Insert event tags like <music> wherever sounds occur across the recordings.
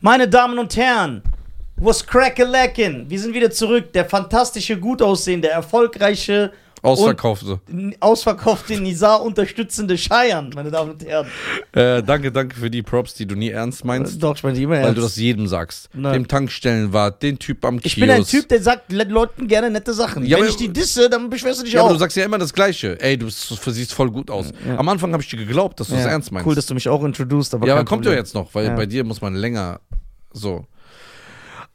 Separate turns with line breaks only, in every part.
Meine Damen und Herren, was crackalackin? Wir sind wieder zurück. Der fantastische, gut aussehende, erfolgreiche,
Ausverkaufte.
n- ausverkaufte Nizar unterstützende Scheiern, meine Damen und Herren.
Äh, danke, danke für die Props, die du nie ernst meinst,
Doch, ich meine immer
weil du
ernst.
das jedem sagst.
Äh, Nein.
Dem Tankstellenwart, den Typ am Kiosk.
Ich bin ein Typ, der sagt le- Leuten gerne nette Sachen.
Ja,
Wenn
aber-
ich die disse, dann beschwerst du dich
Ja,
auch.
aber du sagst ja immer das Gleiche. Ey, du s- siehst voll gut aus. Am Anfang habe ich dir geglaubt, dass du es
Ja,
ernst meinst.
Cool, dass du mich auch introduced, aber
ja, aber
kein
kommt ja
Problem.
jetzt noch, weil
Ja.
bei dir muss man länger so.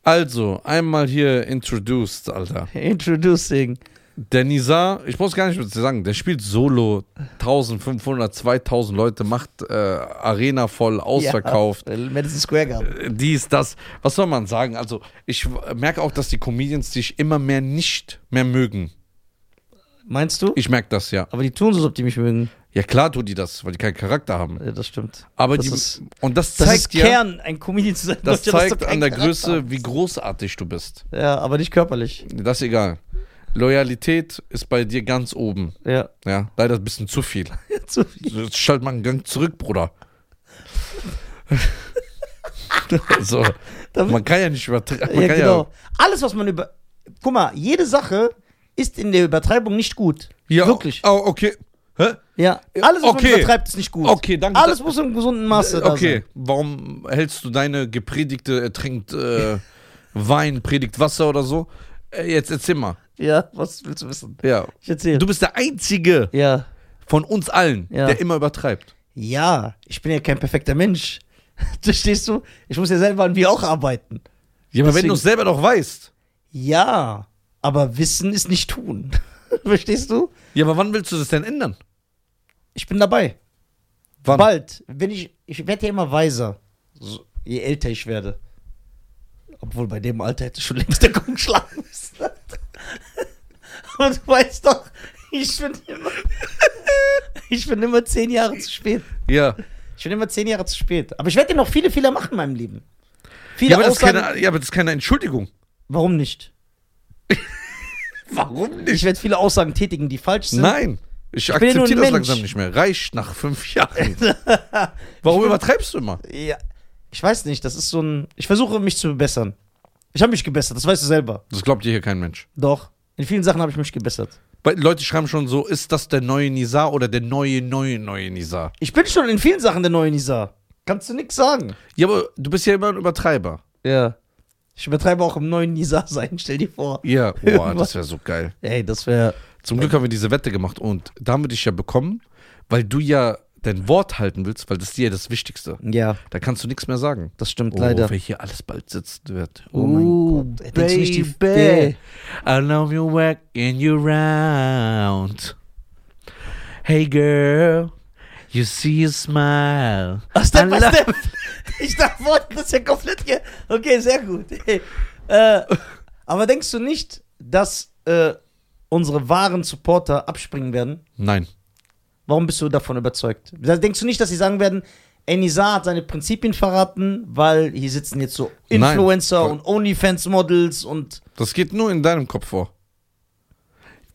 Also, einmal hier introduced, Alter.
<laughs> Introducing.
Der Nizar, ich muss gar nicht mehr zu sagen, der spielt solo 1500, 2000 Leute, macht äh, Arena voll, ausverkauft.
Ja, Madison Square Garden.
dies, das. Was soll man sagen? Also, ich w- merke auch, dass die Comedians dich immer mehr nicht mehr mögen.
Meinst du?
Ich merke das ja.
aber die tun so, als ob die mich mögen.
Ja, klar tun die das, weil die keinen Charakter haben.
Ja, das stimmt.
Aber
das
die.
ist,
und das
das
zeigt
ist
ja,
Kern, ein Comedian zu sein.
das
Leute,
zeigt
doch
an der
keinen Charakter
Größe, wie großartig du bist.
hat. Ja, aber nicht körperlich.
Das ist egal. Loyalität ist bei dir ganz oben.
Ja.
Ja, leider ein bisschen zu viel.
<laughs> Zu viel.
Jetzt schalt mal einen Gang
<laughs>
zurück, Bruder. so.
Damit-
Man kann ja nicht übertreiben. Man
Ja,
kann
genau. Alles, was man über. Guck mal, jede Sache ist in der Übertreibung nicht gut.
ja, ja,
Wirklich.
Oh, okay. Hä?
Ja. Alles, was
okay.
man übertreibt, ist nicht gut.
Okay, danke.
Alles muss im gesunden Maße da
Äh, Okay,
sein.
warum hältst du deine gepredigte, er trinkt äh, Wein, predigt Wasser oder so? Äh, jetzt erzähl mal.
Ja, was willst du wissen?
Ja.
Ich erzähle.
Du bist der Einzige
Ja.
von uns allen,
Ja.
der immer übertreibt.
Ja, ich bin ja kein perfekter Mensch. <laughs> Verstehst du? Ich muss ja selber an mir auch arbeiten.
Ja, aber wenn
Deswegen-
du es selber doch weißt.
Ja, aber Wissen ist nicht tun. <laughs> Verstehst du?
Ja, aber wann willst du das denn ändern?
Ich bin dabei.
Wann?
Bald. Wenn ich, ich werde ja immer weiser, so, je älter ich werde. Obwohl bei dem Alter hätte schon längst der Gong schlagen müssen. <laughs> Aber du weißt doch, ich bin immer, <laughs> ich bin immer zehn Jahre zu spät.
Ja.
Ich bin immer zehn Jahre zu spät. Aber ich werde ja noch viele Fehler machen in meinem Leben. Viele
Ja aber, das ist
Aussagen.
keine, ja, aber das ist keine Entschuldigung.
Warum nicht?
Warum
Ich werde viele Aussagen tätigen, die falsch sind.
Nein. Ich,
bin ja nur ein
akzeptiere das
Mensch.
langsam nicht mehr. Reicht nach fünf Jahren. <laughs> Warum übertreibst du immer?
Ja. Ich weiß nicht, das ist so ein. Ich versuche mich zu bessern. Ich habe mich gebessert, das weißt du selber.
Das glaubt dir hier kein Mensch.
Doch. In vielen Sachen habe ich mich gebessert.
Weil Leute schreiben schon so, ist das der neue Nizar oder der neue, neue, neue Nizar?
Ich bin schon in vielen Sachen der neue Nisa. Kannst du nichts sagen.
Ja, aber du bist ja immer ein Übertreiber.
Ja. Ich übertreibe auch im neuen Nisa sein, stell dir vor. <laughs>
Ja, boah,
Irgendwas.
das wäre so geil.
Ey, das wäre.
Zum Glück haben wir diese Wette gemacht und da haben wir dich ja bekommen, weil du ja dein Wort halten willst, weil das ist dir ja das Wichtigste.
Ja,
Da kannst du nichts mehr sagen.
das stimmt
Oh,
leider.
wer hier alles bald sitzen wird. Oh
Oh,
mein Gott.
ey, denkst du nicht, die-
Baby, I love you working you round. Hey girl, you see a smile.
Ah,
I
Step by
love-
Step. <laughs> Ich dachte, boah, das ist ja komplett. Ge okay, sehr gut. <laughs> Hey. Äh, aber denkst du nicht, dass äh, unsere wahren Supporter abspringen werden?
Nein.
Warum bist du davon überzeugt? Denkst du nicht, dass sie sagen werden, Enisa hat seine Prinzipien verraten, weil hier sitzen jetzt so
Nein.
Influencer und OnlyFans-Models und.
Das geht nur in deinem Kopf vor.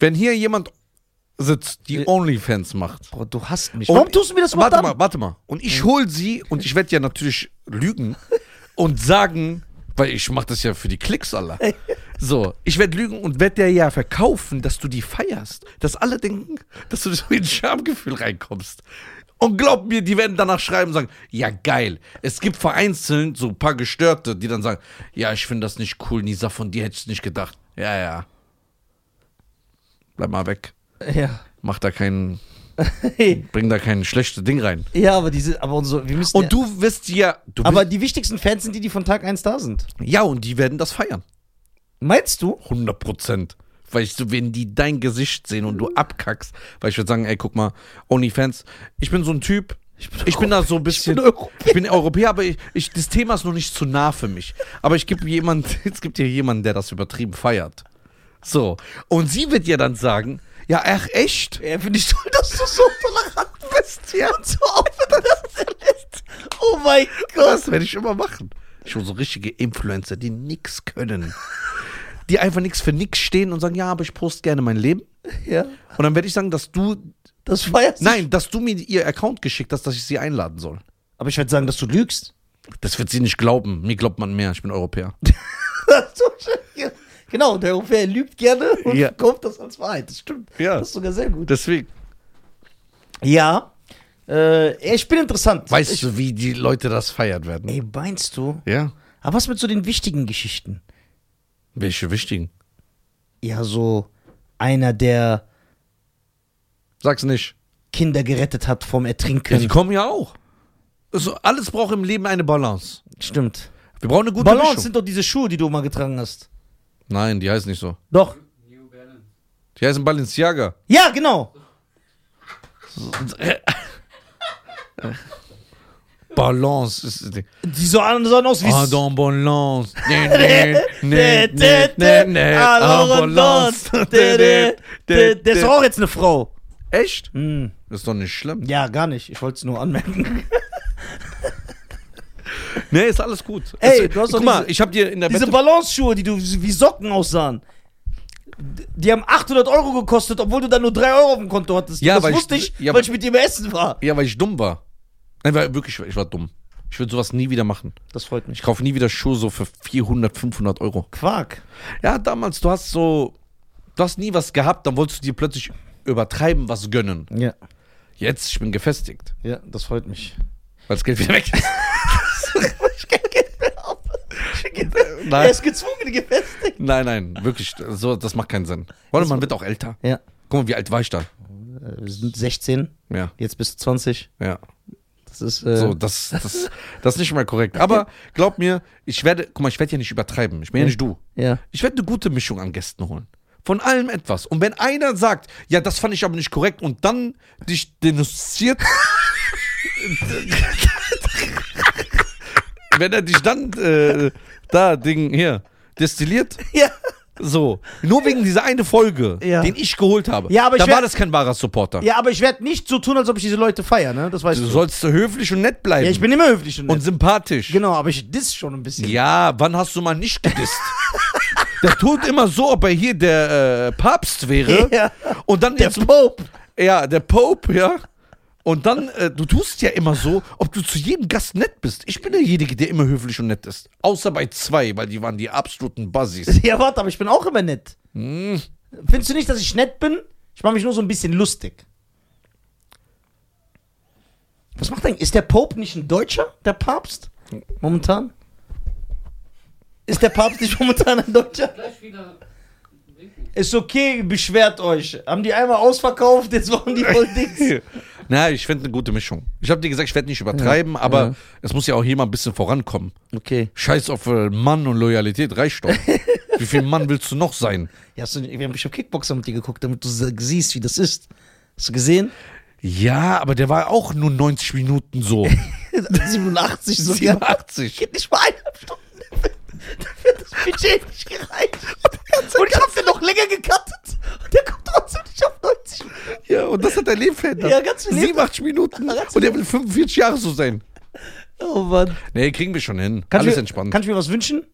Wenn hier jemand sitzt, die
Äh,
Onlyfans macht.
Bro, du hast mich.
und-
Warum tust du mir das Wort
Warte
an?
mal, warte mal. Und ich hol sie und ich werde ja natürlich lügen und sagen, weil ich mache das ja für die Klicks
<laughs>
aller. So, ich werde lügen und werde dir ja verkaufen, dass du die feierst. Dass alle denken, dass du so in Schamgefühl reinkommst. Und glaub mir, die werden danach schreiben und sagen, ja geil. Es gibt vereinzelt so ein paar Gestörte, die dann sagen, ja, ich finde das nicht cool, Nisa, von dir hätte ich nicht gedacht. Ja, ja. Bleib mal weg.
<laughs> Ja.
Mach da keinen, bring da kein schlechtes Ding rein.
ja, aber diese, aber unsere, wir müssen.
Und
ja,
du wirst ja. Du
aber
bist,
die wichtigsten Fans sind die, die von Tag 1 da sind.
ja, und die werden das feiern.
Meinst du?
100 Prozent. Weißt du, wenn die dein Gesicht sehen und du abkackst, weil ich würde sagen, ey, guck mal, OnlyFans, ich bin so ein Typ. Ich bin, da so ein bisschen. Ich bin Europäer, aber ich, ich, das Thema ist noch nicht zu nah für mich. Aber ich gebe jemand, <laughs> es gibt hier jemanden, der das übertrieben feiert. So. Und sie wird ja dann sagen, ja, ach, echt?
Ja, finde ich toll, dass du so tolerant bist, ja. Und so offen das lässt. Oh mein Gott.
Das werde ich immer machen. Schon so richtige Influencer, die nix können. Die einfach nix für nix stehen und sagen, ja, aber ich poste gerne mein Leben.
Ja.
Und dann werde ich sagen, dass du.
Das feierst du.
Nein, dass du mir ihr Account geschickt hast, dass ich sie einladen soll.
Aber ich würde sagen, dass du lügst.
Das wird sie nicht glauben. Mir glaubt man mehr. Ich bin Europäer.
So schön. genau, der Europäer lügt gerne und
Ja.
verkauft das als Wahrheit. Das stimmt.
Ja.
Das ist sogar sehr gut.
<laughs> Deswegen.
Ja. Äh, ich bin interessant.
Weißt
ich,
du, wie die Leute das feiert werden?
Ey, meinst du?
Ja.
Aber was mit so den wichtigen Geschichten?
Welche wichtigen?
Ja, so einer, der
Sag's nicht.
Kinder gerettet hat vom
Ja,
Ertrinken.
die kommen ja auch. Also alles braucht im Leben eine Balance.
Stimmt.
Wir brauchen eine gute
Ballons
Mischung.
sind doch diese Schuhe, die du mal getragen hast.
Nein, die heißen nicht so.
Doch.
New Balance.
Die heißen Balenciaga.
Ja, genau.
<laughs> Balance ist.
Die so an- sahen aus wie.
Ah,
s-
dans <laughs> Balance. Nee, nee, nee, nee, nee, nee. Ah, <laughs> Balance.
<laughs> Der ist auch jetzt eine Frau.
Echt?
Hm.
Hmm. Das ist doch nicht schlimm.
Ja, gar nicht. Ich wollte es nur anmerken.
Nee, ist alles gut.
Ey,
Es-
du hast doch
Guck mal,
diese-
ich hab dir in der
Diese
Wette-
Balance-Schuhe, die du wie Socken aussahen. D- Die haben 800 Euro gekostet, obwohl du da nur 3 Euro auf dem Konto hattest.
Ja,
Und das
weil ich-
wusste ich,
ja,
weil ich mit dir im Essen war.
Ja, weil ich dumm war. Nein, weil wirklich, ich war dumm. Ich würde sowas nie wieder machen.
Das freut mich.
Ich kaufe nie wieder Schuhe so für 400, 500 Euro.
Quark.
Ja, damals, du hast so, du hast nie was gehabt, dann wolltest du dir plötzlich übertreiben, was gönnen.
Ja,
Jetzt, ich bin gefestigt,
ja, das freut <laughs> mich.
weil das Geld wieder weg ist.
Ich kann Geld mehr auf.
Nein.
Er ist gezwungen, gefestigt.
<laughs> Nein, nein, wirklich, so, das macht keinen Sinn. Warte, man wird auch älter.
Ja, Äh,
Guck mal, wie alt war ich da?
wir sind 16,
Ja,
jetzt bist du 20.
ja.
Das ist. Äh,
So, das, das, das ist nicht mal korrekt. Aber glaub mir, ich werde, guck mal, ich werde ja nicht übertreiben. Ich bin ja nicht du.
Ja.
Ich werde eine gute Mischung an Gästen holen. Von allem etwas. Und wenn einer sagt, ja, das fand ich aber nicht korrekt und dann dich denunziert. <laughs> wenn er dich dann äh, da, Ding, hier, destilliert.
Ja.
So. Nur wegen dieser eine Folge,
Ja.
den ich geholt habe.
Ja, aber ich
da
wär-
war das kein wahrer Supporter.
ja, aber ich werde nicht so tun, als ob ich diese Leute feiere, ne? Das weißt
Du
du.
sollst höflich und nett bleiben.
Ja, ich bin immer höflich und,
und
nett.
sympathisch.
Genau, aber ich diss schon ein bisschen.
Ja, wann hast du mal nicht gedisst?
<laughs>
Der tut immer so, ob er hier der äh, Papst wäre.
<laughs> Ja.
Und dann
Der
jetzt,
Pope.
ja, der Pope, ja. Und dann, äh, du tust ja immer so, ob du zu jedem Gast nett bist. Ich bin derjenige, der immer höflich und nett ist. Außer bei zwei, weil die waren die absoluten Buzzies.
<laughs> Ja, warte, aber ich bin auch immer nett. Findest du nicht, dass ich nett bin? Ich mache mich nur so ein bisschen lustig. Was macht eigentlich? Ist der Pope nicht ein Deutscher, der Papst? Momentan? Ist der Papst nicht <laughs> momentan ein Deutscher?
Gleich wieder.
Ist okay, beschwert euch. Haben die einmal ausverkauft, jetzt machen die voll Dings.
<laughs> Na, ich finde eine gute Mischung. Ich habe dir gesagt, ich werde nicht übertreiben, aber
ja.
es muss ja auch jemand ein bisschen vorankommen.
Okay.
Scheiß auf äh, Mann und Loyalität reicht <laughs> doch. Wie viel Mann willst du noch sein?
Ja, hast du, wir haben bestimmt Kickboxer mit dir geguckt, damit du se- siehst, wie das ist. Hast du gesehen? <laughs>
Ja, aber der war auch nur 90 Minuten <laughs> so.
87 so. ja.
87.
geht nicht mal eineinhalb Stunden. Dafür hat das Budget nicht gereicht. Und ich hab den noch länger gecuttet. Und der kommt trotzdem nicht auf 90.
Ja, und das hat dein Leben verändert.
Ja, ganz viel Leben.
87 Minuten.
Ganz
Und er will 45 Jahre so sein.
Oh Mann.
Nee, kriegen wir schon hin.
Kannst
Alles
du,
entspannt.
Kannst du mir was wünschen?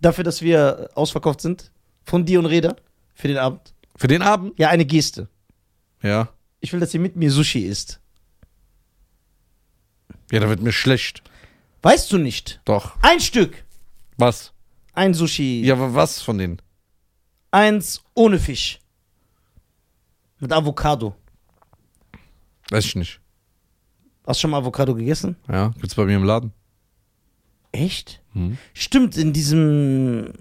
Dafür, dass wir äh, ausverkauft sind? Von dir und Reda? Für den Abend?
Für den Abend?
Ja, eine Geste.
Ja.
Ich will, dass ihr mit mir Sushi isst.
Ja, da wird mir schlecht.
Weißt du nicht?
Doch.
Ein Stück.
Was?
Ein Sushi.
Ja, aber was von denen?
Eins ohne Fisch. Mit Avocado.
Weiß ich nicht.
Hast du schon mal Avocado gegessen?
Ja, gibt's bei mir im Laden.
Echt? Stimmt, in diesem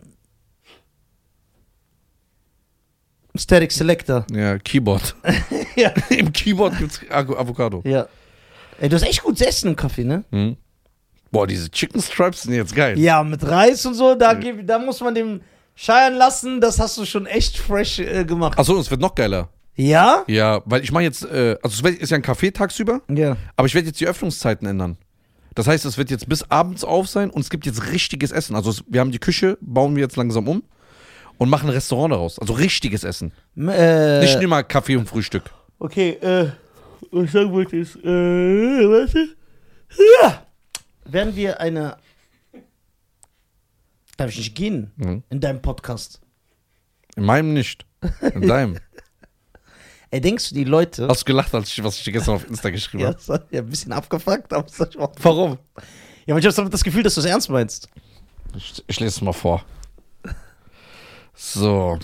Static Selector.
Ja, Keyboard.
<laughs> ja.
<laughs> Im Keyboard gibt's Avo- Avocado.
ja. Ey, du hast echt gutes Essen im Kaffee, ne?
Boah, diese Chicken Stripes sind jetzt geil.
Ja, mit Reis und so, da, geb- da muss man dem scheiern lassen, das hast du schon echt fresh äh, gemacht.
Achso, es wird noch geiler.
Ja?
Ja, weil ich mache jetzt, äh, also es wird- ist ja ein Café tagsüber.
Ja.
Aber ich werde jetzt die Öffnungszeiten ändern. Das heißt, es wird jetzt bis abends auf sein und es gibt jetzt richtiges Essen. Also es, wir haben die Küche, bauen wir jetzt langsam um und machen ein Restaurant daraus. Also richtiges Essen.
M- Äh,
Nicht immer Kaffee und Frühstück.
Okay, äh, was ich sagen wollte ist, äh, warte. Ja! Werden wir eine. Darf ich nicht gehen?
Mhm.
In deinem Podcast.
In meinem nicht. In
<laughs>
deinem.
Ey, denkst du, die Leute.
Hast du gelacht, als ich, was ich dir gestern auf Insta
<laughs>
geschrieben
Ja,
habe?
das hat ja ein bisschen abgefuckt, aber das hat schon auch-
Warum?
Ja, aber ich habe das Gefühl, dass du es ernst meinst.
Ich, ich lese es mal vor. So.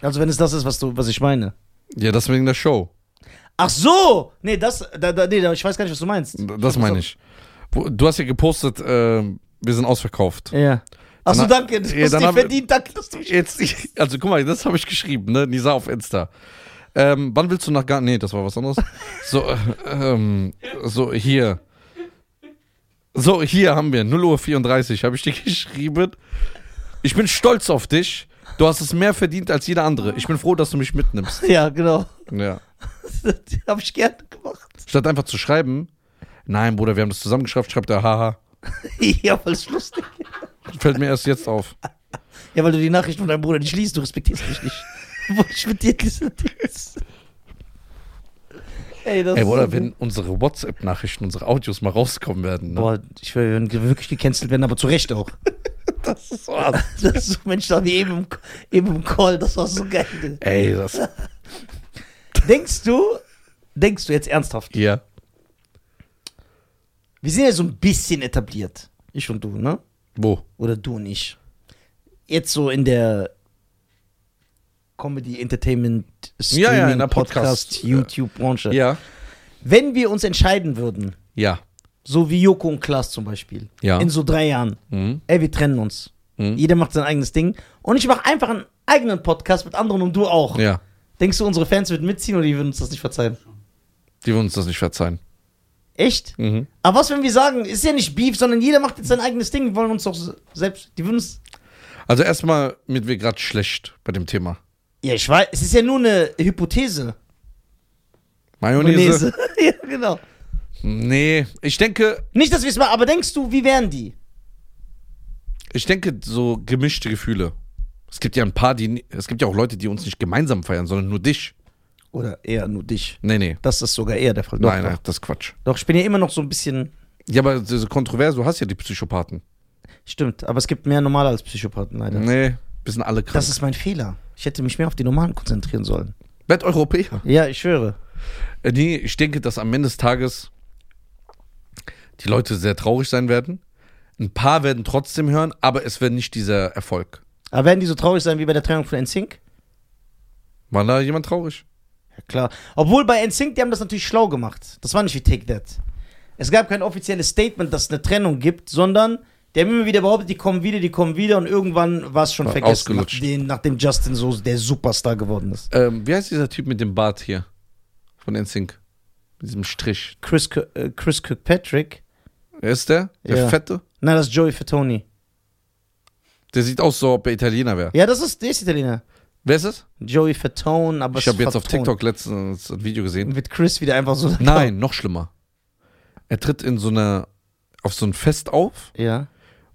Also wenn es das ist, was du, was ich meine.
Ja, das wegen der Show.
Ach so! Nee, das, da, da, nee, da- ich weiß gar nicht, was du meinst.
Das meine ich. Wo- Du hast ja gepostet, ähm, wir sind ausverkauft.
Ja. Ach so,
Dann-
danke. Du
Ja,
hast
dann
dich
haben wir-
verdient. Danke, dass du mich...
Jetzt, also guck mal, das habe ich geschrieben, ne? Nisa auf Insta. Ähm, wann willst du nach Ghana? Nee, das war was anderes. So, äh, ähm, so hier. So, hier haben wir 0 Uhr 34, habe ich dir <laughs> geschrieben. Ich bin stolz auf dich. Du hast es mehr verdient als jeder andere. Ich bin froh, dass du mich mitnimmst.
Ja, genau. <laughs>
Ja.
Das habe ich gerne gemacht. <laughs>
Statt einfach zu schreiben, nein, Bruder, wir haben das zusammengeschafft, schreibt er, haha.
Ja, weil es lustig ist.
Fällt mir erst jetzt auf.
Ja, weil du die Nachricht von deinem Bruder nicht liest. Du respektierst mich nicht. <laughs> Obwohl ich mit dir gesagt habe. Ey, das
Ey,
ist
Bruder,
so
wenn unsere WhatsApp-Nachrichten, unsere Audios mal rauskommen werden, ne?
Boah, ich will wir würden wirklich gecancelt werden, aber zu Recht auch.
das ist so also, hart.
Das ist so, Mensch, da wie eben im, eben im Call, das war so geil.
Ey, das.
Äh, Denkst du, denkst du jetzt ernsthaft?
Ja.
Wir sind ja so ein bisschen etabliert. Ich und du, ne?
Wo?
Oder du und ich. Jetzt so in der Comedy, Entertainment, Streaming,
Ja, ja, in der Podcast- äh,
Podcast, YouTube-Branche.
Ja.
Wenn wir uns entscheiden würden,
Ja.
so wie Joko und Klaas zum Beispiel,
Ja.
in so drei Jahren,
Mhm.
ey, wir trennen uns.
Mhm.
Jeder macht sein eigenes Ding. Und ich mache einfach einen eigenen Podcast mit anderen und du auch.
Ja.
Denkst du, unsere Fans würden mitziehen oder die würden uns das nicht verzeihen?
Die würden uns das nicht verzeihen.
Echt?
Mhm.
Aber was, wenn wir sagen, ist ja nicht Beef, sondern jeder macht jetzt sein eigenes Ding, wir wollen uns doch se- selbst. Die würden uns.
Also erstmal mit wir gerade schlecht bei dem Thema.
Ja, ich weiß, es ist ja nur eine Hypothese.
Mayonnaise?
<laughs> ja, genau.
Nee, ich denke,
Nicht, dass wir es mal, aber denkst du, wie wären die?
ich denke so gemischte Gefühle. Es gibt ja ein paar, die es gibt ja auch Leute, die uns nicht gemeinsam feiern, sondern nur dich.
Oder eher nur dich.
Nee, nee.
Das ist sogar eher der Fall. Doch,
nein, nein,
Doch.
das ist Quatsch.
doch, ich bin ja immer noch so ein bisschen.
Ja, aber diese kontrovers, du hast ja die Psychopathen.
Stimmt, aber es gibt mehr Normale als Psychopathen, leider.
Nee, wir sind alle
Das
krass.
ist mein Fehler. Ich hätte mich mehr auf die Normalen konzentrieren sollen.
Bett Europäer.
Ja, ich schwöre.
Äh, Nee, ich denke, dass am Ende des Tages die Leute sehr traurig sein werden. Ein paar werden trotzdem hören, aber es wird nicht dieser Erfolg.
Aber werden die so traurig sein wie bei der Trennung von NSYNC?
War da jemand traurig?
Ja, klar. Obwohl bei NSYNC, die haben das natürlich schlau gemacht. Das war nicht wie Take That. Es gab kein offizielles Statement, dass es eine Trennung gibt, sondern die haben immer wieder behauptet, die kommen wieder, die kommen wieder und irgendwann war es schon
War
vergessen,
ausgelutscht.
nachdem, nachdem Justin so der Superstar geworden ist.
Ähm, wie heißt dieser Typ mit dem Bart hier? Von NSYNC. Mit diesem Strich.
Chris, Ki- äh, Chris Kirkpatrick.
Wer ist der? Der
Ja.
Fette?
Nein, das ist Joey Fatoni.
Der sieht aus, so ob er Italiener wäre.
Ja, das ist, der ist Italiener.
Wer ist es?
Joey Fatone, aber
ich
es
habe
ist
jetzt auf
Fatone.
TikTok letztens ein Video gesehen.
Wird Chris wieder einfach so.
Nein, noch schlimmer. Er tritt in so einer, auf so ein Fest auf
Ja.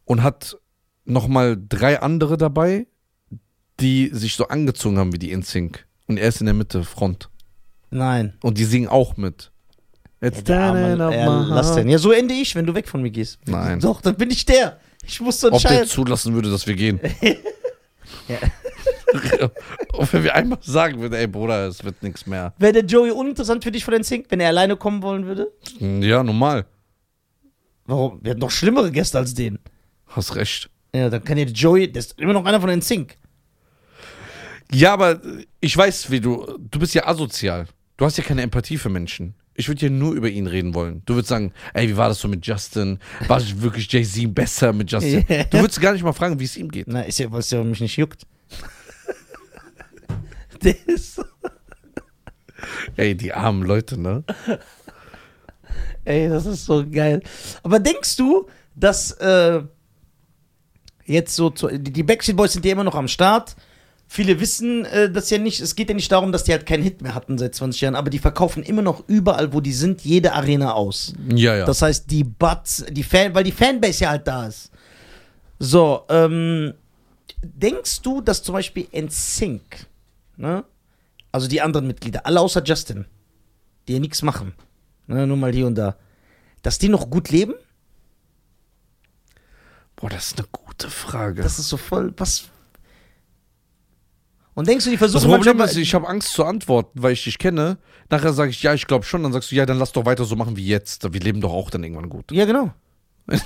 und hat nochmal drei andere dabei, die sich so angezogen haben wie die InSync. Und er ist in der Mitte, Front.
Nein.
Und die singen auch mit. It's
Ja, der arme,
turning up
äh,
my
lass
heart.
den. Ja, so ende ich, wenn du weg von mir gehst.
Nein.
Doch, dann bin ich der. Ich muss so
Ob der
entscheiden.
zulassen würde, dass
<laughs>
wir gehen. <laughs>
Ja.
Und wenn wir einmal sagen würden, ey Bruder, es wird nichts mehr.
Wäre der Joey uninteressant für dich von den Sync, wenn er alleine kommen wollen würde?
Ja, normal.
Warum? Wir hatten noch schlimmere Gäste als den.
Hast recht.
Ja, dann kann ja Joey, der ist immer noch einer von den Sync.
Ja, aber ich weiß, wie du. Du bist ja asozial. Du hast ja keine Empathie für Menschen. Ich würde ja nur über ihn reden wollen. Du würdest sagen, ey, wie war das so mit Justin? War wirklich Jay-Z besser mit Justin?
Ja.
Du würdest gar nicht mal fragen, wie es ihm geht.
Na, ist ja, weil es ja mich nicht juckt. <laughs> der ist.
Ey, die armen Leute, ne?
Ey, das ist so geil. Aber denkst du, dass äh, jetzt so zu, die die Backstreet Boys sind ja immer noch am Start? Viele wissen äh, das ja nicht. Es geht ja nicht darum, dass die halt keinen Hit mehr hatten seit 20 Jahren, aber die verkaufen immer noch überall, wo die sind, jede Arena aus.
Ja, ja.
Das heißt, die Butts, die Fan, weil die Fanbase ja halt da ist. So, ähm, denkst du, dass zum Beispiel NSYNC, ne? Also die anderen Mitglieder, alle außer Justin, die ja nichts machen, ne? Nur mal hier und da, dass die noch gut leben?
Boah, das ist eine gute Frage.
Das ist so voll, was. Und denkst du, die versuchen
Das Problem
manchmal-
ist, ich habe Angst zu antworten, weil ich dich kenne. Nachher sage ich, ja, ich glaube schon. Dann sagst du, ja, dann lass doch weiter so machen wie jetzt. Wir leben doch auch dann irgendwann gut.
Ja, genau.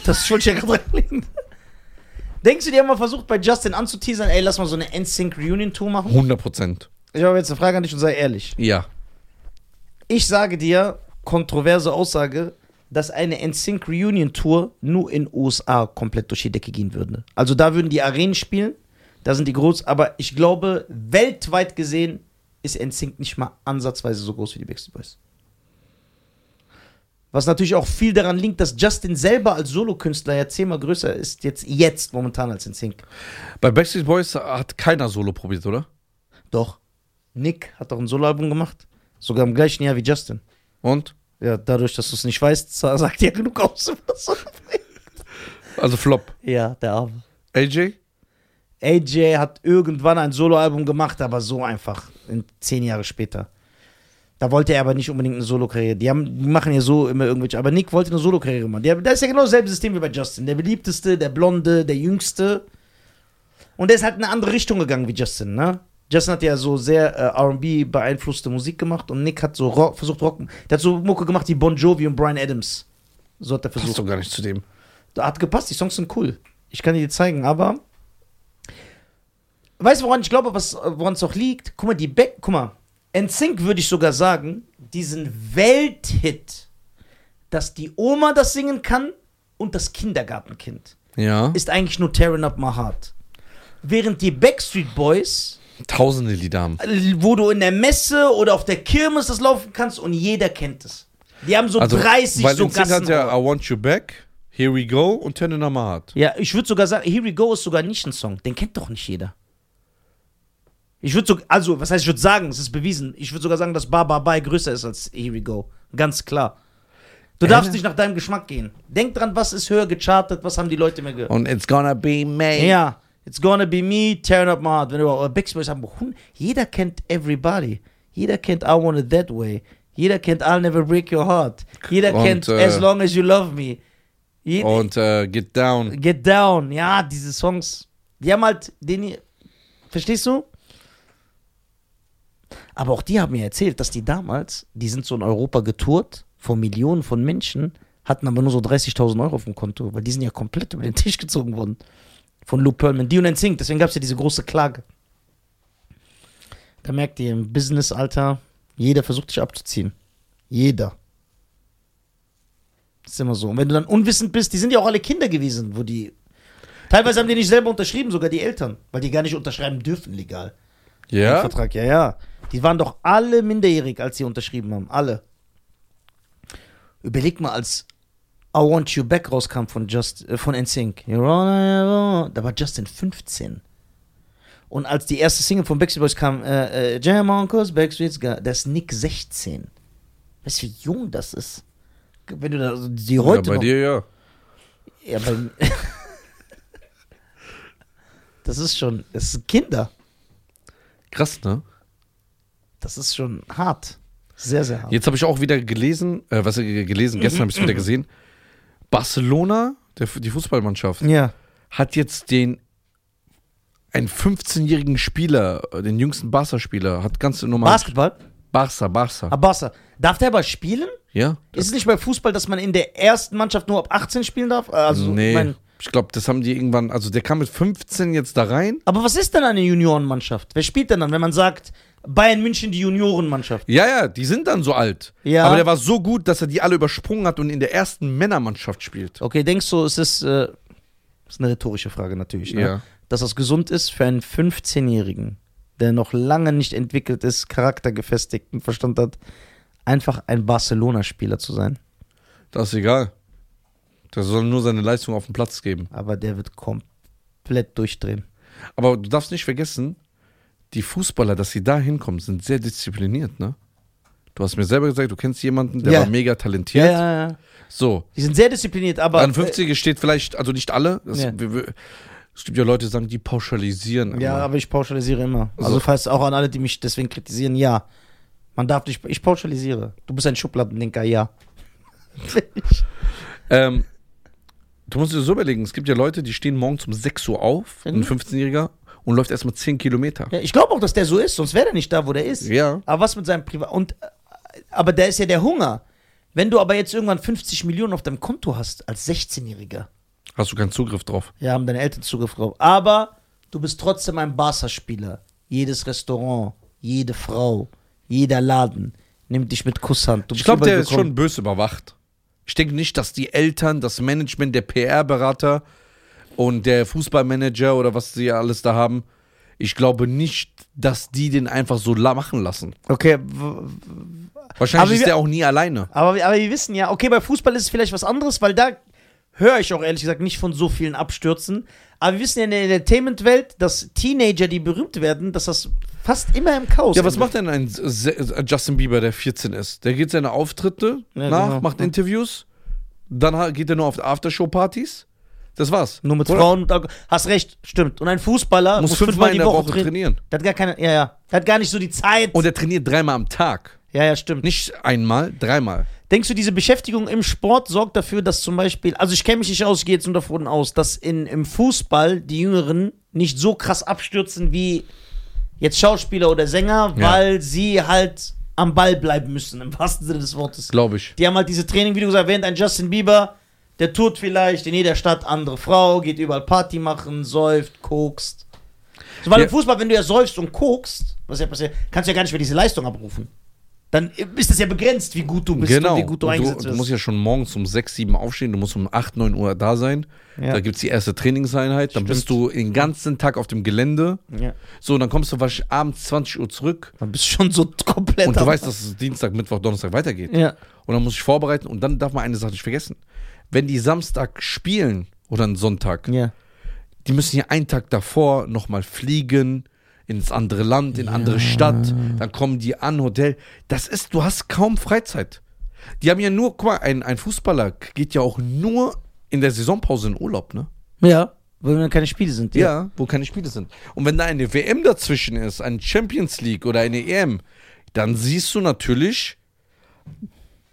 Das wollte ich ja gerade reinlegen. Denkst du, die haben mal versucht, bei Justin anzuteasern, ey, lass mal so eine NSYNC Reunion Tour machen?
100 Prozent.
Ich habe jetzt eine Frage an dich und sei ehrlich.
Ja.
Ich sage dir, kontroverse Aussage, dass eine NSYNC Reunion Tour nur in USA komplett durch die Decke gehen würde. Also da würden die Arenen spielen, da sind die groß, aber ich glaube, weltweit gesehen ist NSYNC nicht mal ansatzweise so groß wie die Backstreet Boys. Was natürlich auch viel daran liegt, dass Justin selber als Solokünstler ja zehnmal größer ist jetzt, jetzt momentan als NSYNC.
Bei Backstreet Boys hat keiner Solo probiert, oder?
Doch, Nick hat doch ein Soloalbum gemacht, sogar im gleichen Jahr wie Justin.
Und?
Ja, dadurch, dass du es nicht weißt, sa- sagt ja genug aus. <laughs> was er bringt.
Also Flop.
ja, der Arme.
AJ?
AJ hat irgendwann ein Soloalbum gemacht, aber so einfach. In zehn Jahre später. Da wollte er aber nicht unbedingt eine Solo-Karriere. Die, haben- die machen ja so immer irgendwelche. Aber Nick wollte eine Solo-Karriere machen. Der, das ist ja genau dasselbe System wie bei Justin. Der beliebteste, der blonde, der jüngste. Und der ist halt in eine andere Richtung gegangen wie Justin, ne? Justin hat ja so sehr äh, RB beeinflusste Musik gemacht und Nick hat so Rock, versucht Rock. Der hat so Mucke gemacht wie Bon Jovi und Brian Adams. So hat er versucht.
Passt doch gar nicht zu dem.
Da hat gepasst, die Songs sind cool. Ich kann dir die zeigen, aber. Weißt du, woran ich glaube, was- woran es auch liegt? Guck mal, die Back. Guck mal, NSYNC würde ich sogar sagen, diesen Welthit, dass die Oma das singen kann und das Kindergartenkind,
Ja.
ist eigentlich nur Tearing Up My Heart. Während die Backstreet Boys,
Tausende Lieder haben.
äh, wo du in der Messe oder auf der Kirmes das laufen kannst und jeder kennt es. Die haben so 30
Also, weil
Also so
NSYNC hat
Gassenhauer.
ja I Want You Back, Here We Go und Turn In My Heart.
Ja, ich würde sogar sagen, Here We Go ist sogar nicht ein Song. Den kennt doch nicht jeder. Ich würde sogar, also, was heißt, ich würde sagen, es ist bewiesen. Ich würde sogar sagen, dass Ba Ba Bye größer ist als Here We Go. Ganz klar. Du
Äh?
darfst nicht nach deinem Geschmack gehen. Denk dran, was ist höher gechartet, was haben die Leute mehr gehört.
Und It's Gonna Be Me.
Ja, it's gonna be me, tearing up my heart. Wenn du aber Backstreet Boys haben, hun- jeder kennt everybody. Jeder kennt I Want It That Way. Jeder kennt I'll Never Break Your Heart. Jeder
Und,
kennt
äh,
As Long As You Love Me. Je
Und äh, Get Down.
Get Down, ja, diese Songs. Die haben halt den. Verstehst du? Aber auch die haben mir erzählt, dass die damals, die sind so in Europa getourt, vor Millionen von Menschen, hatten aber nur so 30.000 Euro auf dem Konto, weil die sind ja komplett über den Tisch gezogen worden. Von Lou Pearlman, die und Sink, deswegen gab es ja diese große Klage. Da merkt ihr im Business, Alter, jeder versucht dich abzuziehen. Jeder. Das ist immer so. Und wenn du dann unwissend bist, die sind ja auch alle Kinder gewesen, wo die. Teilweise haben die nicht selber unterschrieben, sogar die Eltern, weil die gar nicht unterschreiben dürfen legal. Den
Ja?
Vertrag, ja, ja. Die waren doch alle minderjährig, als sie unterschrieben haben. Alle. Überleg mal, als I Want You Back rauskam von, Just, äh, von NSYNC. You're all I ever want. Da war Justin 15. Und als die erste Single von Backstreet Boys kam, äh, äh, Jam on Cause, Backstreet's Guy, da ist Nick 16. Weißt du, wie jung das ist? Wenn du da, also die heute
ja, bei
noch,
dir, ja.
ja, bei <laughs> Das ist schon, das sind Kinder.
Krass, ne?
Das ist schon hart. Sehr, sehr hart.
Jetzt habe ich auch wieder gelesen, äh, was äh, gelesen, gestern habe ich es wieder gesehen. Barcelona, der, Fu- die Fußballmannschaft,
Ja.
hat jetzt den einen 15-jährigen Spieler, äh, den jüngsten Barca-Spieler, hat ganz normal
Basketball?
Barca, Barca.
Ah, Barca. Darf der aber spielen?
ja?
Ist es nicht bei Fußball, dass man in der ersten Mannschaft nur ab 18 spielen darf? Also,
nee.
ich mein,
ich glaube, das haben die irgendwann, also der kam mit 15 jetzt da rein.
aber was ist denn eine Juniorenmannschaft? Wer spielt denn dann, wenn man sagt, Bayern München die Juniorenmannschaft?
Ja, ja, die sind dann so alt.
Ja.
Aber der war so gut, dass er die alle übersprungen hat und in der ersten Männermannschaft spielt.
Okay, denkst du, es ist, äh, ist eine rhetorische Frage natürlich, ne?
Ja.
dass das gesund ist für einen 15-Jährigen, der noch lange nicht entwickelt ist, Charakter gefestigt und Verstand hat, einfach ein Barcelona-Spieler zu sein?
Das ist egal. Der soll nur seine Leistung auf den Platz geben.
Aber der wird komplett durchdrehen.
Aber du darfst nicht vergessen, die Fußballer, dass sie da hinkommen, sind sehr diszipliniert, ne? Du hast mir selber gesagt, du kennst jemanden, der
Ja.
war mega talentiert.
ja, ja.
So,
Die sind sehr diszipliniert, aber. äh,
dann 50 steht vielleicht, also nicht alle. Das,
Ja.
wir, wir, es gibt ja Leute, die sagen, die pauschalisieren.
äh, Ja,
immer.
aber ich pauschalisiere immer. Also
So.
falls auch an alle, die mich deswegen kritisieren, ja. Man darf nicht, ich pauschalisiere. Du bist ein Schubladendenker, ja. <laughs>
Ähm, du musst dir so überlegen, es gibt ja Leute, die stehen morgens um 6 Uhr auf,
Mhm.
ein 15-Jähriger, und läuft erstmal 10 Kilometer.
Ja, ich glaube auch, dass der so ist, sonst wäre der nicht da, wo der ist.
Ja.
Aber was mit seinem Privat. Und, äh, aber da ist ja der Hunger. Wenn du aber jetzt irgendwann 50 Millionen auf deinem Konto hast, als 16-Jähriger,
Hast du keinen Zugriff drauf.
ja, haben deine Eltern Zugriff drauf. Aber du bist trotzdem ein Barca-Spieler. Jedes Restaurant, jede Frau, jeder Laden nimmt dich mit Kusshand. Du
Ich
bist
glaube, der
überall
ist schon bös überwacht. Ich denke nicht, dass die Eltern, das Management, der PR-Berater und der Fußballmanager oder was sie ja alles da haben, ich glaube nicht, dass die den einfach so la- machen lassen.
willkommen. Okay, w-
Wahrscheinlich
Aber
ist
wir-
der auch nie alleine.
Aber, wir- aber wir wissen ja, okay, bei Fußball ist es vielleicht was anderes, weil da höre ich auch ehrlich gesagt nicht von so vielen Abstürzen. Aber wir wissen ja in der Entertainment-Welt, dass Teenager, die berühmt werden, dass das fast immer im Chaos
Ja, was
endet.
macht denn ein Se- Justin Bieber, der 14 ist? Der geht seine Auftritte
Ja,
nach,
genau.
macht Interviews, dann ha- geht er nur auf Aftershow-Partys. Das war's.
Nur mit
Oder?
Frauen und Alko- Hast recht, stimmt. Und ein Fußballer
Muss fünfmal in der Woche trainieren.
Der hat gar keine, ja, ja. Der hat gar nicht so die Zeit.
Und er trainiert dreimal am Tag.
ja, ja, stimmt.
Nicht einmal, dreimal.
Denkst du, diese Beschäftigung im Sport sorgt dafür, dass zum Beispiel, also ich kenne mich nicht aus, ich gehe jetzt nur davon aus, dass in, im Fußball die Jüngeren nicht so krass abstürzen wie jetzt Schauspieler oder Sänger,
Ja.
weil sie halt am Ball bleiben müssen, im wahrsten Sinne des Wortes.
Glaube ich.
Die haben halt diese Training, wie du gesagt hast, während ein Justin Bieber, der tut vielleicht in jeder Stadt andere Frau, geht überall Party machen, säuft, kokst. So, weil
Ja.
im Fußball, wenn du ja säufst und kokst, was ja passiert, kannst du ja gar nicht mehr diese Leistung abrufen. Dann ist das ja begrenzt, wie gut du bist
genau.
und wie gut du
Und
eingesetzt
du,
wirst.
du musst ja schon morgens um 6, 7 aufstehen, du musst um 8, 9 Uhr da sein.
Ja.
Da gibt es die erste Trainingseinheit, dann
Stimmt.
bist du den ganzen Tag auf dem Gelände.
Ja.
So, dann kommst du wahrscheinlich abends 20 Uhr zurück
Dann bist du schon so <laughs> komplett
und du
am-
weißt, dass es Dienstag, Mittwoch, Donnerstag weitergeht.
Ja.
Und dann muss ich vorbereiten und dann darf man eine Sache nicht vergessen. Wenn die Samstag spielen oder einen Sonntag,
ja.
die müssen ja einen Tag davor nochmal fliegen ins andere Land, in andere Stadt, dann kommen die an, Hotel. Das ist, du hast kaum Freizeit. Die haben ja nur, guck mal, ein, ein Fußballer geht ja auch nur in der Saisonpause in Urlaub, ne?
Ja, weil dann keine Spiele sind.
Ja, wo keine Spiele sind. Und wenn da eine WM dazwischen ist, eine Champions League oder eine EM, dann siehst du natürlich,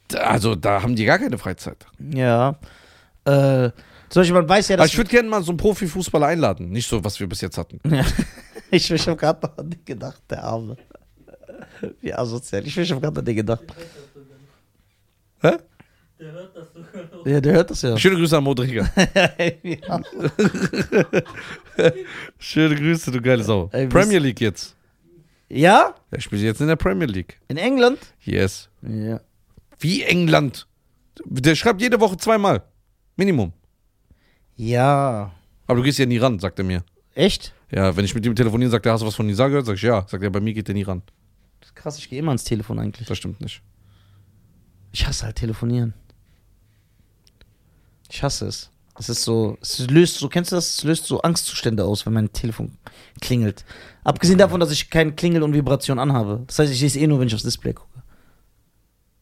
da- also da haben die gar keine Freizeit.
Ja. Äh, zum Beispiel, man weiß ja,
Aber
dass.
ich würde gerne mal so einen Profifußballer einladen, nicht so, was wir bis jetzt hatten.
Ja. Ich, ich habe gerade noch an den gedacht, der Arme. Wie asozial. Ich, ich habe gerade an den gedacht.
Hä?
Der hört das sogar noch.
Ja, der hört das
<laughs>
ja.
Schöne Grüße an Modriga.
ja.
<laughs> Schöne Grüße, du geile Sau.
Ey,
Premier League jetzt.
ja?
Er spielt jetzt in der Premier League.
In England?
Yes.
Ja.
Wie England. Der schreibt jede Woche zweimal. Minimum.
Ja.
Aber du gehst ja nie ran, sagt er mir.
Echt?
Ja, wenn ich mit ihm telefoniere, sagt er, hast du was von Nisa gehört? Sag ich, ja. Sagt er, bei mir geht der nie ran.
Das ist krass, ich gehe immer ans Telefon eigentlich.
Das stimmt nicht.
Ich hasse halt telefonieren. Ich hasse es. Es ist so, es löst so, kennst du das? Es löst so Angstzustände aus, wenn mein Telefon klingelt. Abgesehen davon, dass ich keinen Klingel und Vibration anhabe. Das heißt, ich sehe es eh nur, wenn ich aufs Display gucke.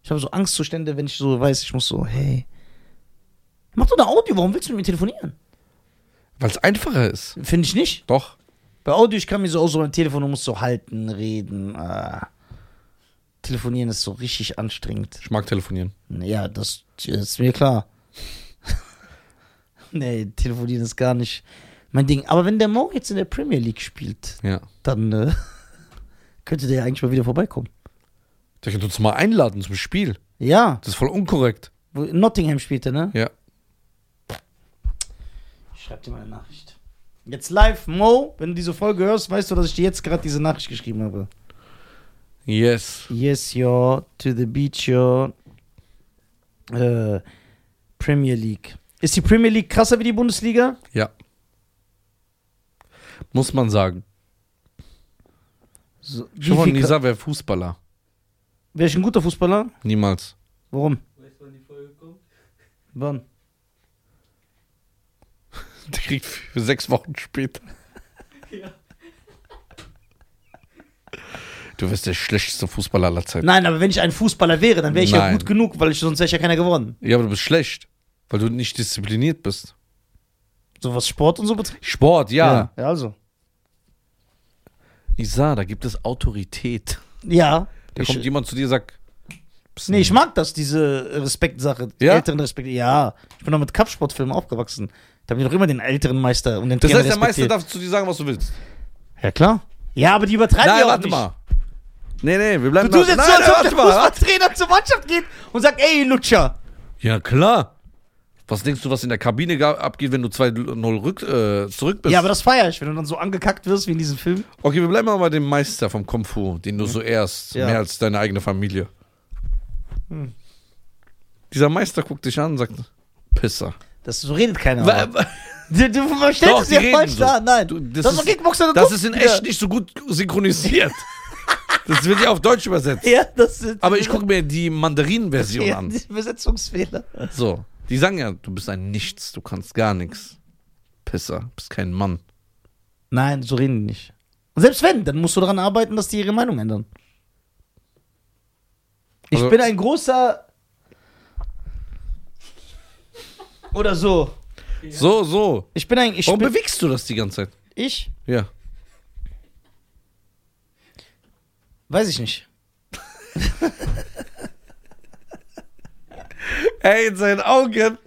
Ich habe so Angstzustände, wenn ich so weiß, ich muss so, hey. Mach doch eine Audio, warum willst du mit mir telefonieren?
Weil es einfacher ist.
Finde ich nicht.
Doch.
Bei Audio, ich kann mir so aus, so mein Telefon, du musst so halten, reden. Äh. Telefonieren ist so richtig anstrengend.
Ich mag telefonieren.
Ja, das ist mir klar. <laughs> nee, telefonieren ist gar nicht mein Ding. Aber wenn der Mo jetzt in der Premier League spielt,
Ja.
dann äh, <laughs> könnte der ja eigentlich mal wieder vorbeikommen.
Der könnte uns mal einladen zum Spiel.
Ja,
Das ist voll unkorrekt.
wo- in Nottingham spielt er, ne?
Ja.
Ich schreib dir mal eine Nachricht. Jetzt live, Mo, wenn du diese Folge hörst, weißt du, dass ich dir jetzt gerade diese Nachricht geschrieben habe.
Yes.
Yes, yo, to the beach, yo. Äh, Premier League. Ist die Premier League krasser wie die Bundesliga?
Ja. Muss man sagen.
So, wie
Schon mal,
viel kra-
Nisa wäre Fußballer.
Wär ich ein guter Fußballer?
Niemals.
Warum?
Weißt du, wann die Folge kommt?
Wann?
Der kriegt für sechs Wochen später.
Ja.
Du wirst der schlechteste Fußballer aller Zeiten.
Nein, aber wenn ich ein Fußballer wäre, dann wäre ich ja
Nein.
gut genug, weil ich sonst wäre ich ja keiner geworden.
Ja, aber du bist schlecht, weil du nicht diszipliniert bist.
So was Sport und so betrifft.
Sport, ja.
ja. also.
Nisa, da gibt es Autorität.
Ja.
Da
ich,
kommt jemand zu dir und sagt, bist
nee,
ein-
ich mag das, diese Respektsache.
Ja?
Älteren Respekt. Ja. Ich bin noch mit Kampfsportfilmen aufgewachsen. Da haben die doch immer den älteren Meister und den
das
Trainer
heißt, der Meister
respektiert.
darf zu dir sagen, was du willst.
Ja, klar. Ja, aber die übertreiben
Nein,
ja auch
warte
nicht.
mal. Nee, nee, wir bleiben
Du tust
da.
jetzt
Nein,
so,
nein,
als ob der <laughs>
warte mal.
Fußballtrainer zur Mannschaft geht und sagt, ey, Lutscher.
Ja, klar. Was denkst du, was in der Kabine ga- abgeht, wenn du 2-0 rück, äh, zurück bist?
Ja, aber das feier ich, wenn du dann so angekackt wirst wie in diesem Film.
okay, wir bleiben mal bei dem Meister vom Kung Fu, den du so ehrst,
Ja.
mehr als deine eigene Familie. Dieser Meister guckt dich an und sagt, Pisser.
Das, so redet keiner.
Wa-
aber.
wa-
Du, du man stellt
Doch,
es
die
dir
reden
falsch
so.
dar. Nein.
Du,
das, ist doch Kickboxer. du
Das
guckst
ist in
wieder.
echt nicht so gut
<laughs>
synchronisiert. das wird ja auf Deutsch übersetzt.
Ja, das sind,
Aber ich gucke mir die Mandarin-Version
ja,
an.
die Übersetzungsfehler.
So, die sagen ja, du bist ein Nichts, du kannst gar nichts. Pisser, bist kein Mann.
Nein, so reden die nicht. Und selbst wenn, dann musst du daran arbeiten, dass die ihre Meinung ändern. Ich
Also-
bin ein großer. Oder so.
So, so.
Ich bin ein. Ich
Warum
bin,
bewegst du das die ganze Zeit?
ich?
Ja.
Weiß ich nicht.
Ey, in seinen Augen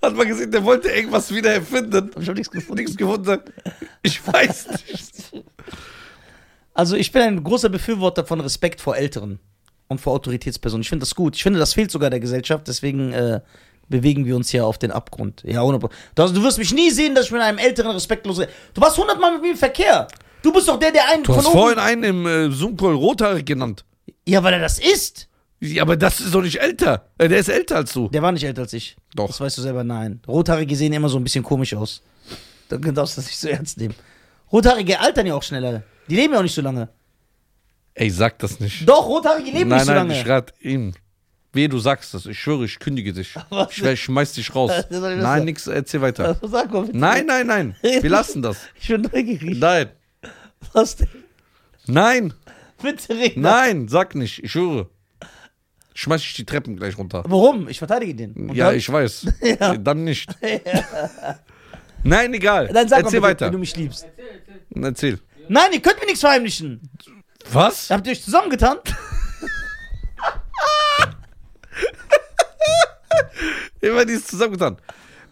hat man gesehen, der wollte irgendwas wieder erfinden.
Hab ich auch nichts gefunden.
Nichts gefunden. Ich weiß nicht.
Also ich bin ein großer Befürworter von Respekt vor Älteren und vor Autoritätspersonen. Ich finde das gut. Ich finde, das fehlt sogar der Gesellschaft. Deswegen äh, bewegen wir uns hier auf den Abgrund. Ja, 100%. Also, du wirst mich nie sehen, dass ich mit einem Älteren respektlos... Du warst hundertmal mit mir im Verkehr. Du bist doch der, der einen
Du hast vorhin einen im äh, Zoom-Call rothaarig genannt.
Ja, weil er das ist.
Ja, aber das ist doch nicht älter. Äh, der ist älter als du.
Der war nicht älter als ich.
Doch.
Das weißt du selber, nein. Rothaarige sehen immer so ein bisschen komisch aus. Dann darfst du das nicht so ernst nehmen. Rothaarige altern ja auch schneller. Die leben ja auch nicht so lange.
Ey, sag das nicht.
Doch, Rothaarige leben
nein,
nicht so
nein,
lange.
ich rate ihm. Weh, du sagst das. Ich schwöre, ich kündige dich.
<laughs> Was?
Ich, schwör, ich schmeiß dich raus.
Was soll ich <laughs> das
Nein,
sagen?
nix, erzähl weiter.
Also, Sag mal bitte.
Nein, nein, nein. Wir lassen das.
Ich bin neugierig.
Nein.
Was denn?
Nein.
Bitte reden.
Nein, sag nicht. Ich schwöre. Schmeiß ich die Treppen gleich runter.
Warum? Ich verteidige den. Und
ja,
dann,
ich weiß.
<laughs> Ja. <laughs>
Dann nicht. Nein, egal.
Dann sag
Erzähl
mal, bitte,
weiter.
wenn du mich liebst.
Erzähl, erzähl.
Erzähl.
Nein, ihr könnt mir nichts verheimlichen.
Was?
Habt ihr euch zusammengetan?
Immer dieses zusammengetan.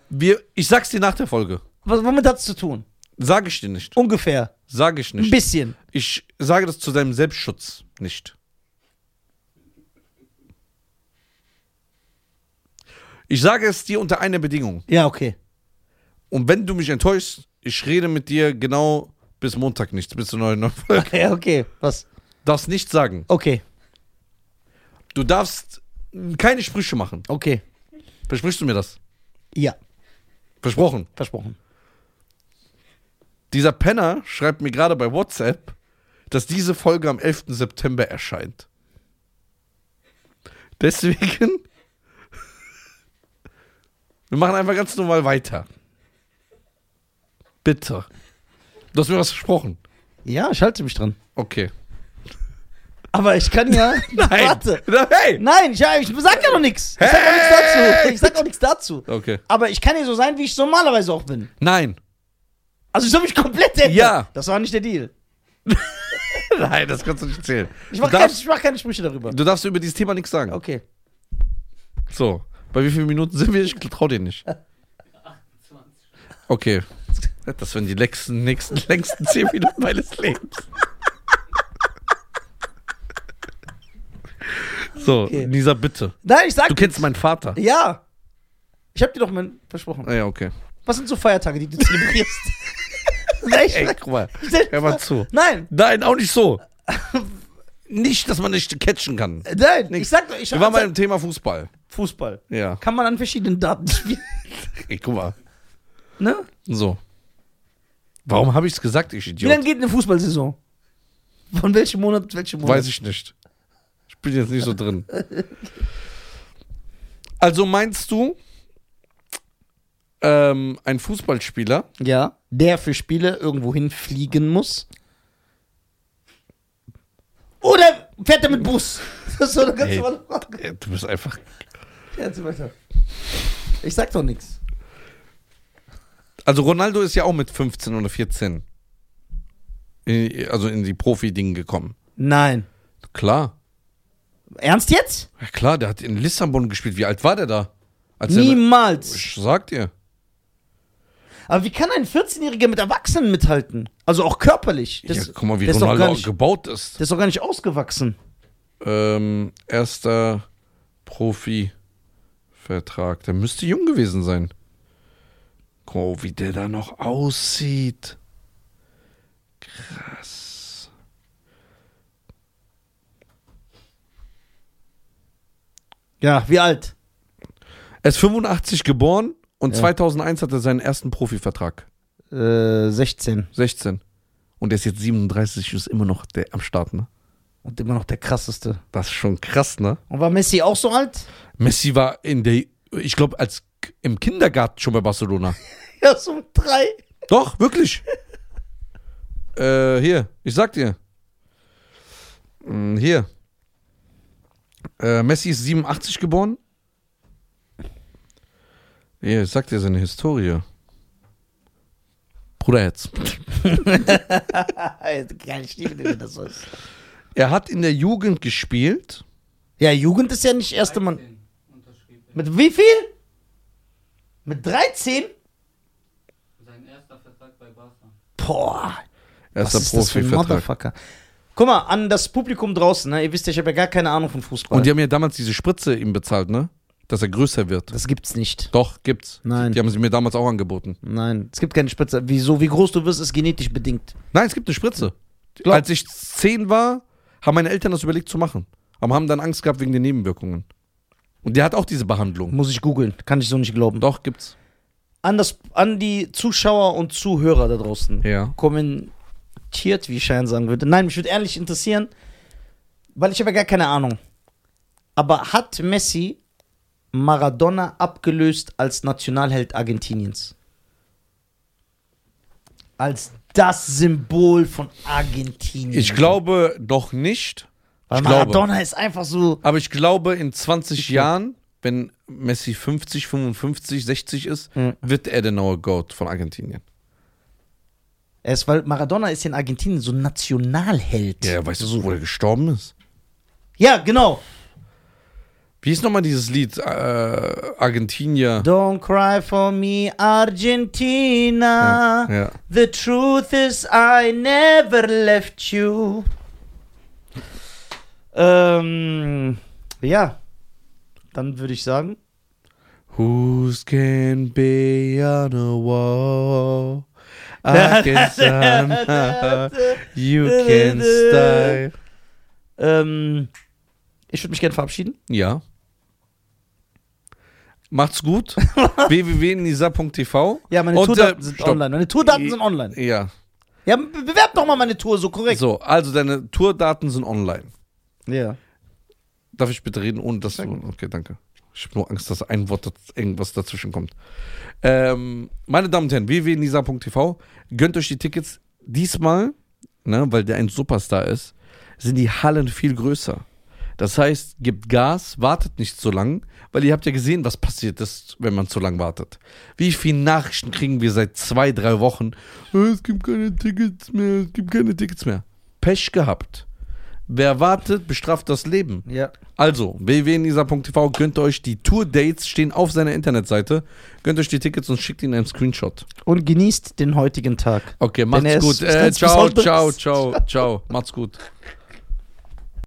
Wir, ich sag's dir nach der Folge.
Was, womit hat's zu tun?
Sag ich dir nicht.
Ungefähr.
Sag ich
Ein
nicht.
bisschen.
Ich sage das zu deinem Selbstschutz nicht. Ich sage es dir unter einer Bedingung.
Ja, okay.
Und wenn du mich enttäuschst, ich rede mit dir genau bis Montag nichts, bis zur neuen Folge.
Ja, okay. Was?
<laughs> Darfst nicht sagen.
Okay.
Du darfst keine Sprüche machen.
Okay.
Versprichst du mir das?
Ja,
Versprochen.
versprochen.
Dieser Penner schreibt mir gerade bei WhatsApp, dass diese Folge am 11. September erscheint. Deswegen. <laughs> Wir machen einfach ganz normal weiter. Bitte. Du hast mir was versprochen.
Ja, ich halte mich dran.
Okay.
Aber ich kann <laughs> ja. Warte.
Na, Hey!
Nein, ich, ich sag ja noch nichts. Ich sag auch nichts dazu. Ich sag auch nichts dazu.
Okay.
Aber ich kann ja so sein, wie ich normalerweise auch bin.
Nein.
Also ich soll mich komplett ändern.
Ja.
Das war nicht der Deal.
Nein, das kannst du nicht zählen.
Ich
Du
mach, keine,
darfst,
ich mach keine Sprüche darüber.
du darfst über dieses Thema nichts sagen.
Okay.
So. Bei wie vielen Minuten sind wir? Ich trau dir nicht.
20.
Okay. Das waren die längsten, nächsten, längsten 10 Minuten meines Lebens. So,
Okay.
Nisa, bitte.
Nein, ich sag.
Du kennst meinen Vater.
Ja. Ich hab dir doch mein versprochen.
Ah, Ja, okay.
Was sind so Feiertage, die du
<laughs>
zelebrierst? Nein, ich-
Ey, guck mal.
stell-
Hör mal zu.
nein,
Nein, auch nicht
<laughs>
so. Nicht, dass man nicht catchen kann.
nein. Äh,
Nix.
Ich sag doch, ich
Wir waren beim Thema Fußball.
Fußball.
Ja.
Kann man an verschiedenen Daten spielen. <laughs>
Ey, guck mal.
Ne?
So. Warum habe ich es gesagt, ich
Wie lange
Idiot?
geht eine Fußballsaison? Von welchem Monat, welchem Monat?
Weiß ich nicht. Ich bin jetzt nicht so drin. Also meinst du, ähm, ein Fußballspieler
Ja. Der für Spiele irgendwo hinfliegen muss. Oder fährt er mit Bus? <laughs> Das ist so eine ganz
Ey.
normale Frage.
Äh, Du bist einfach.
Ja, so weiter. Ich sag doch nichts.
Also Ronaldo ist ja auch mit 15 oder 14. In, also in die Profi-Dinge gekommen.
Nein.
Klar.
Ernst jetzt?
Ja, klar, der hat in Lissabon gespielt. Wie alt war der da? Als er-
Niemals.
Ich sag dir.
Aber wie kann ein 14-Jähriger mit Erwachsenen mithalten? Also auch körperlich.
Ja, guck mal, wie
der ist doch
Ronaldo
gar nicht,
gebaut ist.
Der ist doch gar nicht ausgewachsen.
Ähm, erster Profivertrag. Der müsste jung gewesen sein. Guck mal, wie der da noch aussieht. Krass.
Ja, wie alt?
Er ist 85 geboren und
Ja.
2001 hat er seinen ersten Profivertrag.
Äh, 16.
16. Und er ist jetzt 37 und ist immer noch der am Start, ne?
Und immer noch der krasseste.
Das ist schon krass, ne?
Und war Messi auch so alt? <laughs>
Messi war in der, ich glaube, als k- im Kindergarten schon bei Barcelona.
Ja, so mit drei. <laughs>
Doch, wirklich. äh, hier, ich sag dir. Hm, Hier. Äh, Messi ist 87 geboren. Hier, ich sag dir seine Historie. Bruder jetzt.
Geil, ich liebe den, wenn das so ist.
Er hat in der Jugend gespielt.
Ja, Jugend ist ja nicht erste Mann.
13 unterschrieb er.
Mit wie viel? Mit 13?
Sein erster Vertrag bei Barca.
Boah, was
Erster
ist das für ein
Profivertrag.
Motherfucker? Guck mal, an das Publikum draußen, ne? ihr wisst ja, ich habe ja gar keine Ahnung von Fußball.
Und die haben ja damals diese Spritze ihm bezahlt, ne? Dass er größer wird.
das gibt's nicht.
Doch, gibt's.
Nein.
Die haben sie mir damals auch angeboten.
Nein, es gibt keine Spitze. Wieso? Wie groß du wirst, ist genetisch bedingt.
Nein, es gibt eine Spritze.
Glaub-
Als ich zehn war, haben meine Eltern das überlegt zu machen. Aber haben dann Angst gehabt wegen den Nebenwirkungen. Und der hat auch diese Behandlung.
Muss ich googeln, kann ich so nicht glauben.
Doch, gibt's.
An, das, an die Zuschauer und Zuhörer da draußen.
Ja.
Kommentiert, wie Schein sagen würde. Nein, mich würde ehrlich interessieren, weil ich habe ja gar keine Ahnung. Aber hat Messi Maradona abgelöst als Nationalheld Argentiniens? Als das Symbol von Argentinien.
Ich glaube doch nicht.
Weil
ich glaube.
Maradona ist einfach so.
Aber ich glaube, in 20 Jahren, wenn Messi 50, 55, 60 ist,
Mhm.
wird er der neue Goat von Argentinien.
Er ist, weil Maradona ist in Argentinien so ein Nationalheld.
Ja, weißt du, wo er gestorben ist?
Ja, genau.
Wie ist nochmal dieses Lied? Äh, Argentinier.
Don't cry for me, Argentina.
Ja, ja.
The truth is, I never left you. Ähm, ja. Dann würde ich sagen,
Who's can be on a wall?
<laughs>
I can stand up, you can stay.
ähm, ich würde mich gerne verabschieden.
Ja. Macht's
<laughs>
gut. www.nisa.tv.
Ja, meine
Und,
Tourdaten
äh,
sind
stopp.
online. Meine Tourdaten sind online.
Ja.
Ja, be- bewerb doch mal meine Tour so korrekt.
So, also deine Tourdaten sind online.
Ja.
Darf ich bitte reden, ohne dass du. Okay, danke. Ich habe nur Angst, dass ein Wort daz- irgendwas dazwischen kommt. Ähm, meine Damen und Herren, www.nisa.tv, gönnt euch die Tickets. Diesmal, ne, weil der ein Superstar ist, sind die Hallen viel größer. Das heißt, gebt Gas, wartet nicht so lang, weil ihr habt ja gesehen, was passiert ist, wenn man zu lang wartet. Wie viele Nachrichten kriegen wir seit zwei, drei Wochen? Oh, Es gibt keine Tickets mehr, es gibt keine Tickets mehr. Pech gehabt. Wer wartet, bestraft das Leben.
Ja.
Also, www.nisa.tv, gönnt euch die Tour-Dates, stehen auf seiner Internetseite. Gönnt euch die Tickets und schickt ihnen einen Screenshot.
Und genießt den heutigen Tag.
Okay,
er
macht's
ist
gut.
was
Äh,
ganz
ciao,
Besonderes.
ciao, ciao, ciao. Macht's gut.